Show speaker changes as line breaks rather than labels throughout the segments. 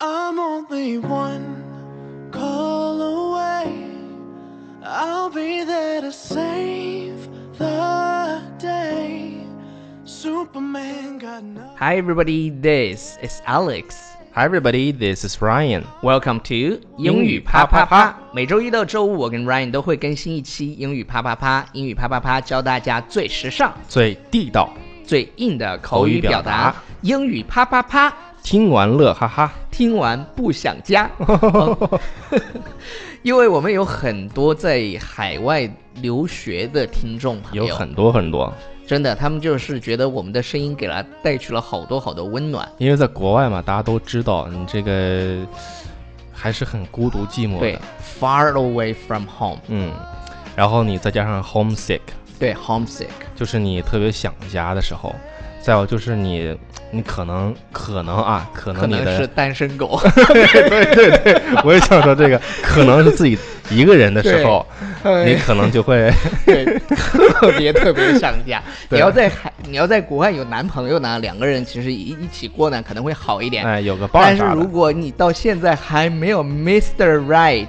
I'm only one call away. I'll be there to save the day. Superman got nothing.
Hi, everybody. This is Alex.
Hi everybody, this is Ryan。
Welcome to 英语啪啪啪。每周一到周五，我跟 Ryan 都会更新一期英语啪啪啪。英语啪啪啪教大家最时尚、
最地道，
最硬的口语表达。英语啪啪啪，
听完乐哈哈。
听完不想 加。哦因为我们有很多在海外留学的听众朋友，
有很多很多，
真的，他们就是觉得我们的声音给他带去了好多好多温暖。
因为在国外嘛，大家都知道你这个还是很孤独寂寞
对
的。
，far away from home，
嗯，然后你再加上 homesick，
对，homesick，
就是你特别想家的时候。再有就是你，你可能可能啊，可
可
能你
能是
的，
单身狗。
我也想说这个，可能是自己一个人的时候，你可能就会，
哎对，特别特别想家。你
对
要在海，你要在国外有男朋友呢，两个人其实一一起过呢，可能会好一点。
哎，有个伴儿
但是
啥
如
的，
果你到现在还没有 Mr. Right，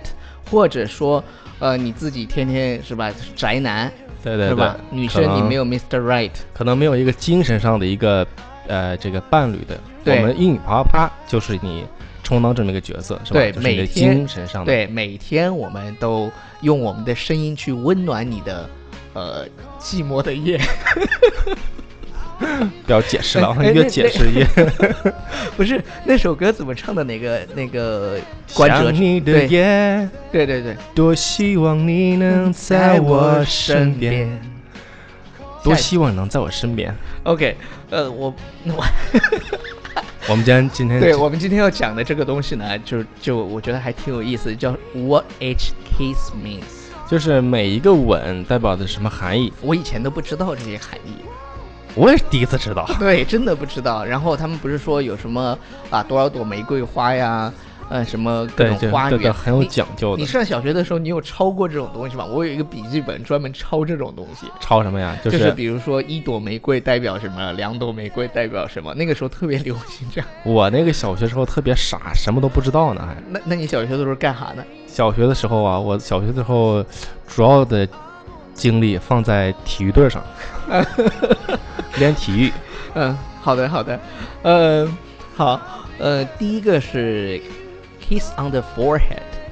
或者说呃你自己天天是吧宅男
对
是
对对
吧，？女
可
生你
能
没有 Mr. Right，
可能没有一个精神上的一个呃这个伴侣的，我
对
们英语啪啪啪就是你充当这么一个角色，是吧？
对
就是你
每
的
天
精神上的，
对，每天我们都用我们的声音去温暖你的呃寂寞的夜。
不要解释了，
哎哎
一个
那
解释一 个。
不是那首歌怎么唱的？那个那个关喆
想你的
对
夜，
对对对，
多希望你能在我身
嗯
边，。多希望能在我身边。
OK，呃，我我
我们今天今 天
对我们今天要讲的这个东西呢，就就我觉得还挺有意思，叫 What each kiss means。
就是每一个吻代表的什么含义，
我以前都不知道这些含义，
我也是第一次 知道。
对，真的不知道。然后他们不是说有什么啊多少朵玫瑰花呀，呃，什么各
对，
种
就
花
对对，
园，
很有
你
讲究
你
的。
上小学的时候，你有抄过这种东西吗？我有一个笔记本专门抄这种东西，
抄什么呀？就
就是比如说一朵玫瑰代表什么，两朵玫瑰代表什么，那个时候特别流行这样。
我那个小学时候特别傻，什么都不知道呢，还。
那那你小学的时候干啥呢？
小学的时候啊，我小学的时候主要的精力放在体育队上， 练体育。
嗯，好的好的，呃，好，呃，第一个是 kiss on the forehead，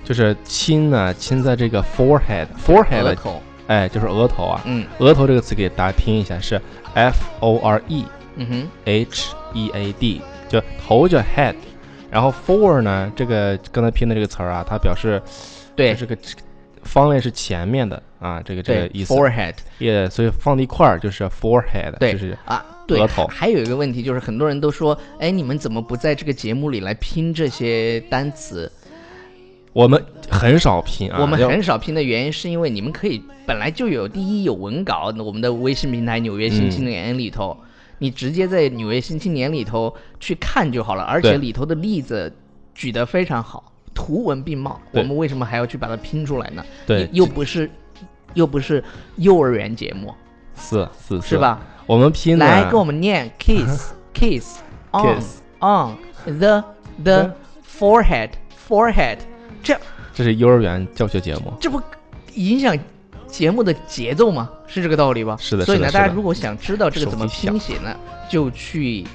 就是亲呢、亲在这个 forehead，forehead，
额
呢
头，
哎，就是额头啊。
嗯
额头这个词给大家拼一下，是 f o r e
嗯哼，
h e a d，就头叫 head，然后 for 呢，这个刚才拼的这个词儿啊，它表示
对
这个这个方位是前面的啊，这个这个
对
意思。
，forehead，
也所以放在一块儿就是 forehead，
对
就是
啊，对，
额头
还还有一个问题就是很多人都说，哎，你们怎么不在这个节目里来拼这些单词？
我们很少拼啊，
我们
要
很少拼的原因是因为你们可以本来就有，第一有文稿，我们的微信平台《纽约新
嗯
青年》里头。你直接在《纽约新青年》里头去看就好了，而且
对
里头的例子举得非常好，图文并茂。我
对
们为什么还要去把它拼出来呢？
对
又又不是，又不是幼儿园节目，
四四
是？吧？
四我们拼的
来，跟我们 念 kiss kiss on
Kiss
on the the
The-
forehead forehead，这
这是幼儿园教学节目，
这不影响节目的节奏吗？是这个道理吧？
是的
所以
是
呢，
的
大
是
家
的
如果想知道这个
手
怎么
机响
拼写呢，就去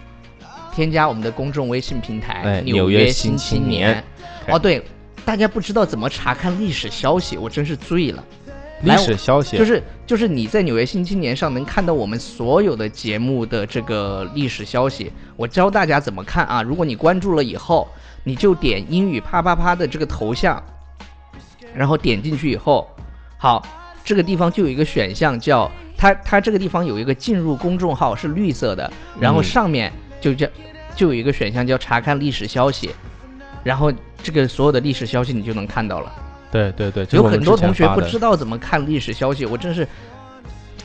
添加我们的公众微信平
哎
台《
纽
约
约
新
新青
年
年》。
哦，对，大家不知道怎么查看历史消息，我真是醉了。
历
来
史消息
就是就是你在《纽约新青年》上能看到我们所有的节目的这个历史消息。我教大家怎么看啊！如果你关注了以后，你就点英语啪啪啪的这个头像，然后点进去以后，好，这个地方就有一个选项叫它它这个地方有一个进入公众号是绿色的，然后
嗯
上面就叫就有一个选项叫查看历史消息，然后这个所有的历史消息你就能看到了。
对对对，这是
有
我们
很多
之前
同学
发
不
的
知道怎么看历史消息，我真是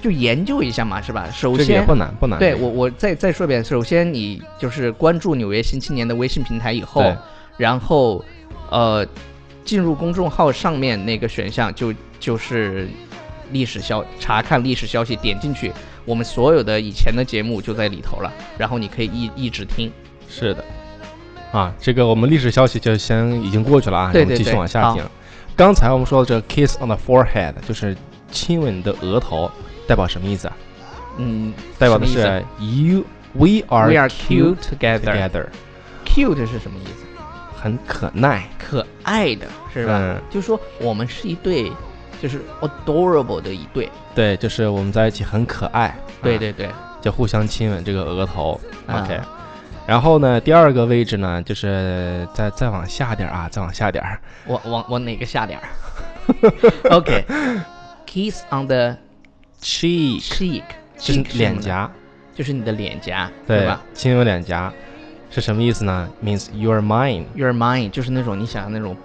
就研究一下嘛，是吧？首
这个也
先
不，难不难，
对我我再再说一遍，首先你就是关注《纽约新青年》的微信平台以后
对，
然后呃进入公众号上面那个选项就就是历史消查看历史消息，点进去，我们所有的以前的节目就在里头了，然后你可以一一直听。
是的，啊，这个我们历史消息就先已经过去了啊，
对
我们
对
继续
对
往下
好
听。刚才我们说的这个 kiss on the forehead 就是亲吻你的额头，代表什么意思啊？
嗯，
代表的
什么
是 you we are
We are
cute
cute together。
together，
Cute 是什么意思？
很可耐，
可爱的是吧？
嗯
就说我们是一对，就是 adorable 的一对。
对，就是我们在一起很可爱，
对
啊
对对，
就互相亲吻这个额头。
啊
OK，、然后呢，第二个位置呢，就是再再往下点儿啊，再往下点儿，
我往往哪个下点儿 ？OK，kiss、on the
cheek，
cheek，
就是
cheek 什么
脸
的，
颊，
就是你的脸颊，
对
吧
亲吻脸颊是什么意思呢？means you are mine。
？Your mind 就是那种你想象那种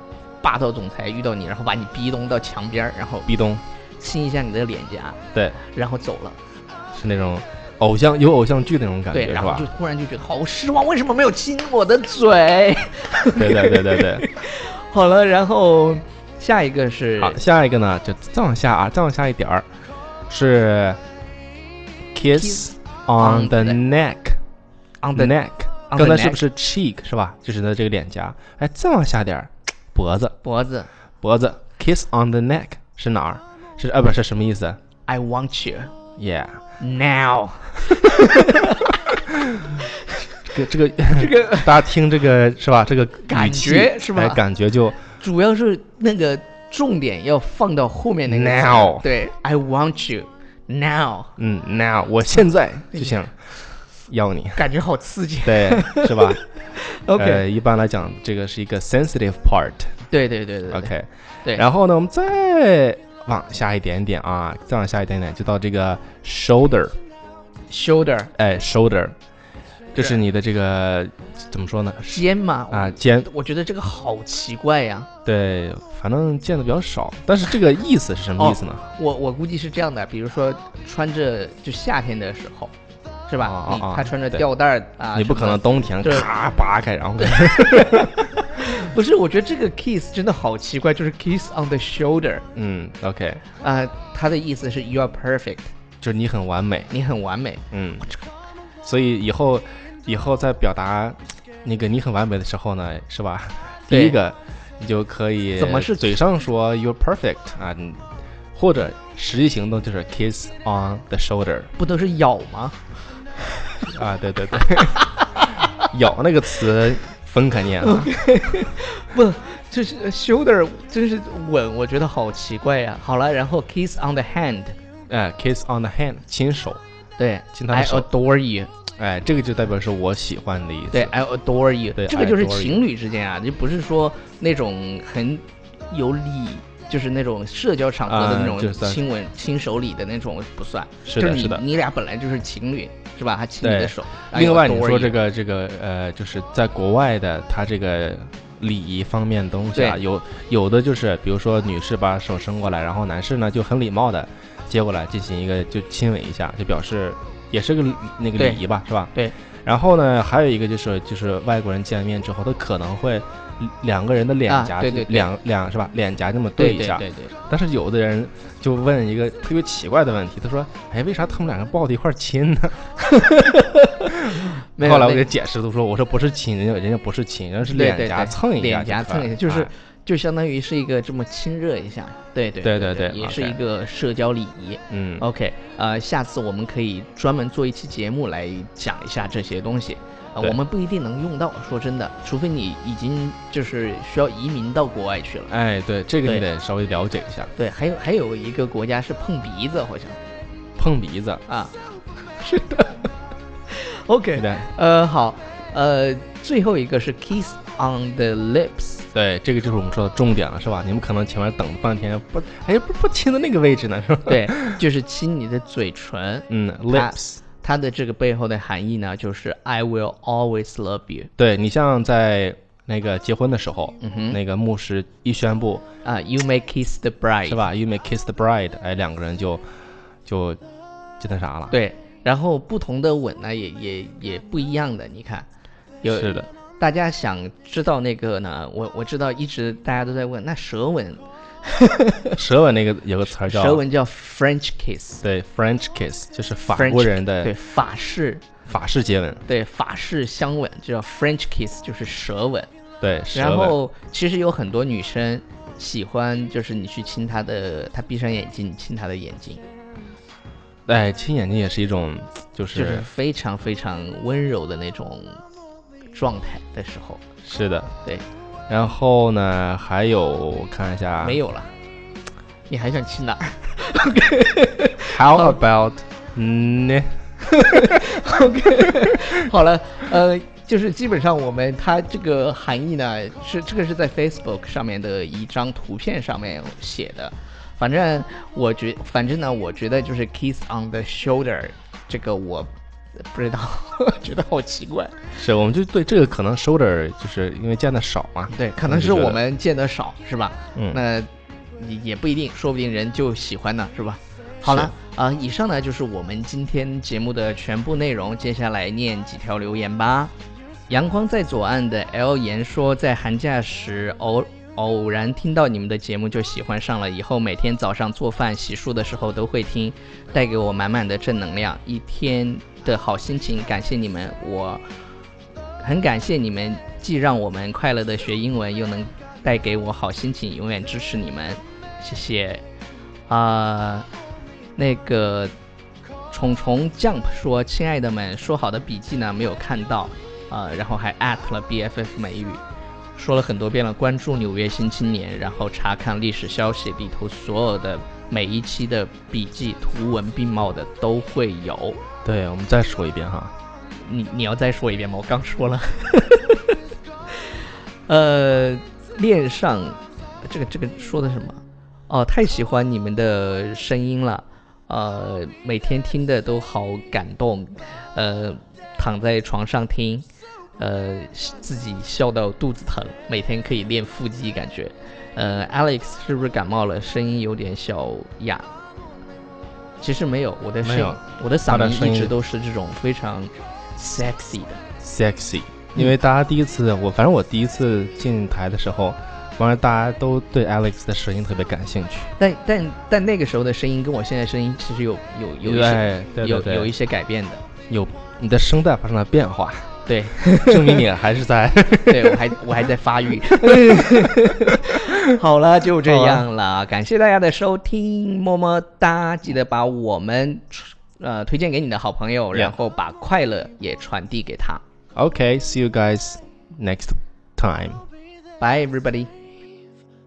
霸道总裁遇到你，然后把你逼咚到墙边儿，然后
壁咚，
亲一下你的脸颊，
对，
然后走了。
是那种偶像有偶像剧那种感
对，
觉，是
然后
吧
就？突然就觉得好失望，为什么没有亲我的嘴？
对对对对对。
好了，然后下一个是
好，下一个呢，就再往下啊，再往下一点儿是 kiss on
on
the
the-
neck。
on the
the neck，
on
刚
the
才是
neck
不是 cheek 是吧？就是的这个脸颊。哎，再往下点儿，脖子，
脖子
脖子，kiss on the neck 是哪儿？是啊，不是什么意思
，I want you
？Yeah，
now。
这个这个
这 个
大家听这个是吧？这个
感
语气
觉是吧
哎感觉就
主要是那个重点要放到后面那个词
Now
对，I want you now，
嗯，now 我现在就想要你，
感觉好刺激。
对，是吧
OK
呃一般来讲，这个是一个 sensitive part。
对对对对对
OK，
对
然后呢，我们再往下一点点啊，再往下一点点，就到这个 shoulder。
shoulder
哎，shoulder，就是
对
你的这个怎么说呢？
肩嘛，
啊，肩，
我觉得这个好奇怪呀。
对，反正见的比较少，但是这个意思是什
哦
么意思呢？
我我估计是这样的，比如说穿着就夏天的时候，是吧？
哦哦
你
哦
他穿着
对
吊带儿啊，
你不
什么
可能冬天
对
咔拔开，然后
不是，我觉得这个 kiss 真的好奇怪，就是 kiss on the shoulder
嗯，OK，
啊、它的意思是 you are perfect，
就是你很完美，
你很完美。
嗯，所以以后以后在表达那个你很完美的时候呢，是吧？第
对
一个你就可以
怎么是
嘴上说 you're perfect 啊，你或者实际行动就是 kiss on the shoulder。
不都是咬吗？
啊，对对对，咬那个词分开念啊。
不，就是 shoulder，真是吻，我觉得好奇怪呀、好了，然后 kiss on the hand，
哎，kiss on the hand，亲手，
对
亲他的
，I
手
adore you，
哎，这个就代表是我喜欢的意思。
对，I adore you，
对
这
I
个就是
adore you
情侣之间啊，就不是说那种很有礼，就是那种社交场合的那
啊
种
就算
亲吻、亲手礼的那种不算，
是
就
的，
你
是的。
你俩本来就是情侣是吧？还亲你
对
的手，I
另外，你
adore
说
you
这个这个呃，就是在国外的，它这个礼仪方面的东西啊，
对
有有的就是，比如说女士把手伸过来，然后男士呢就很礼貌的接过来进行一个就亲吻一下，就表示也是个礼那个
对
礼仪吧，是吧？
对。
然后呢，还有一个就是就是外国人见面之后，他可能会两个人的脸
啊
颊、
对对对
两两是吧？脸颊这么
对
一
对
下。
对对，
但是有的人就问一个特别奇怪的问题，他说：“哎，为啥他们两个抱在一块儿亲呢？”
没有
后来我
那
给解释，都说我说不是亲，人家人家不是亲，人家是
对
脸
对
颊
对
蹭一下，
脸颊蹭一下，就
哎
是就相当于是一个这么亲热一下，对对
对
对
对对
也是
OK
一个社交礼仪。
嗯
OK，呃，下次我们可以专门做一期节目来讲一下这些东西。啊，
对
我们不一定能用到，说真的，除非你已经就是需要移民到国外去了。
哎，对这个
对
你得稍微了解一下，
对，还有还有一个国家是碰鼻子，好像
碰鼻子，
啊，是的。OK，
对不对
呃，好，呃，最后一个是 kiss on the lips，
对，这个就是我们说的重点了，是吧？你们可能前面等了半天，不，哎，不不亲的那个位置呢，是吧？，
对，就是亲你的嘴唇。
嗯，lips，
它的这个背后的含义呢，就是 I will always love you
对你像在那个结婚的时候，
嗯哼
那个牧师一宣布，
啊、y o u may kiss the bride，
是？吧？You may kiss the bride，哎，两个人就就就那啥了，，
对，然后不同的吻呢，也也也不一样的。你看，有
是的，
大家想知道那个呢？我我知道一直大家都在问，那舌吻，
舌吻那个有个词儿叫
舌吻叫 French kiss，
对 French kiss，就是法
French-
国人的
对法式
法式接吻，
对，法式香吻，就叫 French kiss，就是舌吻。
对，舌
然
吻
后其实有很多女生喜欢，就是你去亲她的，她闭上眼睛，你亲她的眼睛，
哎，亲眼睛也是一种，就
就是
是
非常非常温柔的那种状态的时候，
是的，
对，
然后呢，还有我看一下，
没有了。你还想去哪儿
How about 嗯呢？
好了，呃，就是基本上我们它这个含义呢，是这个是在 Facebook 上面的一张图片上面写的。反正我觉，反正呢，我觉得就是 kiss on the shoulder 这个我不知道， 觉得好奇怪。
是，我们就对这个可能收点儿，就是因为见的少嘛。
对，可能是
就觉得
我们见得少，是吧？
嗯，
那也也不一定，说不定人就喜欢呢，是吧？好了，啊、以上呢就是我们今天节目的全部内容。接下来念几条留言吧。阳光在左岸的 L 言说，在寒假时偶偶然听到你们的节目就喜欢上了，以后每天早上做饭、洗漱的时候都会听，带给我满满的正能量，一天的好心情。感谢你们，我很感谢你们，既让我们快乐的学英文，又能带给我好心情，永远支持你们，谢谢。啊、那个虫虫 jump 说：“亲爱的们，说好的笔记呢没有看到，啊、然后还 at 了 BFF 美语，说了很多遍了，关注纽约新青年，然后查看历史消息里头所有的每一期的笔记，图文并茂的都会有。
对，我们再说一遍哈。
你你要再说一遍吗？我刚说了。 呃，恋上，这个这个说的什么？哦，太喜欢你们的声音了，呃，每天听的都好感动，呃，躺在床上听，呃，自己笑到肚子疼，每天可以练腹肌，感觉。呃，Alex 是不是感冒了？声音有点小哑。其实没有，我的声
没
音
有，
我的
他
嗓
的
音
声
一直
音
都是这种非常 sexy 的。
sexy，因为大家第一次，我反正我第一次进台的时候，完了大家都对 Alex 的声音特别感兴趣，
但但但那个时候的声音跟我现在声音其实有有有一些
哎对对
有
对
有一些改变的。
有你的声带发生了 变化，
对，
证明你还是在
对我还我还在发 育。好了，就这样了，啊感谢大家的收听，么么哒！记得把我们呃推荐给你的好朋友，
Yeah
然后把快乐也传递给他。
OK，see、you guys next time。
Bye everybody。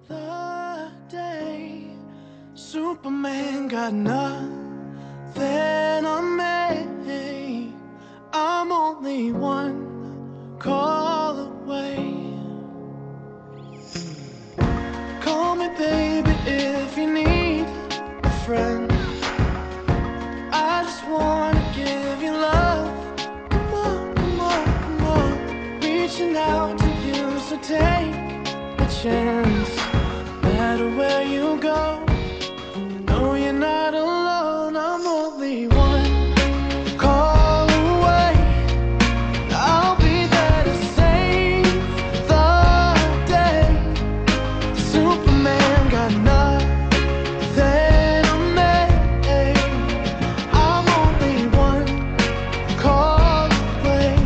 the day Superman got nothing on me. I'm only one call away. Call me, baby, if you need a friend. I just wanna give you love. Come on, come on, come on. Reaching out to you, so take a chance. No matter where you go, no, you're not alone. I'm only one call away. I'll be there to save the day. Superman got nothing on me. I'm only one call away.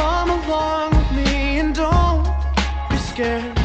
Come along with me and don't be scared.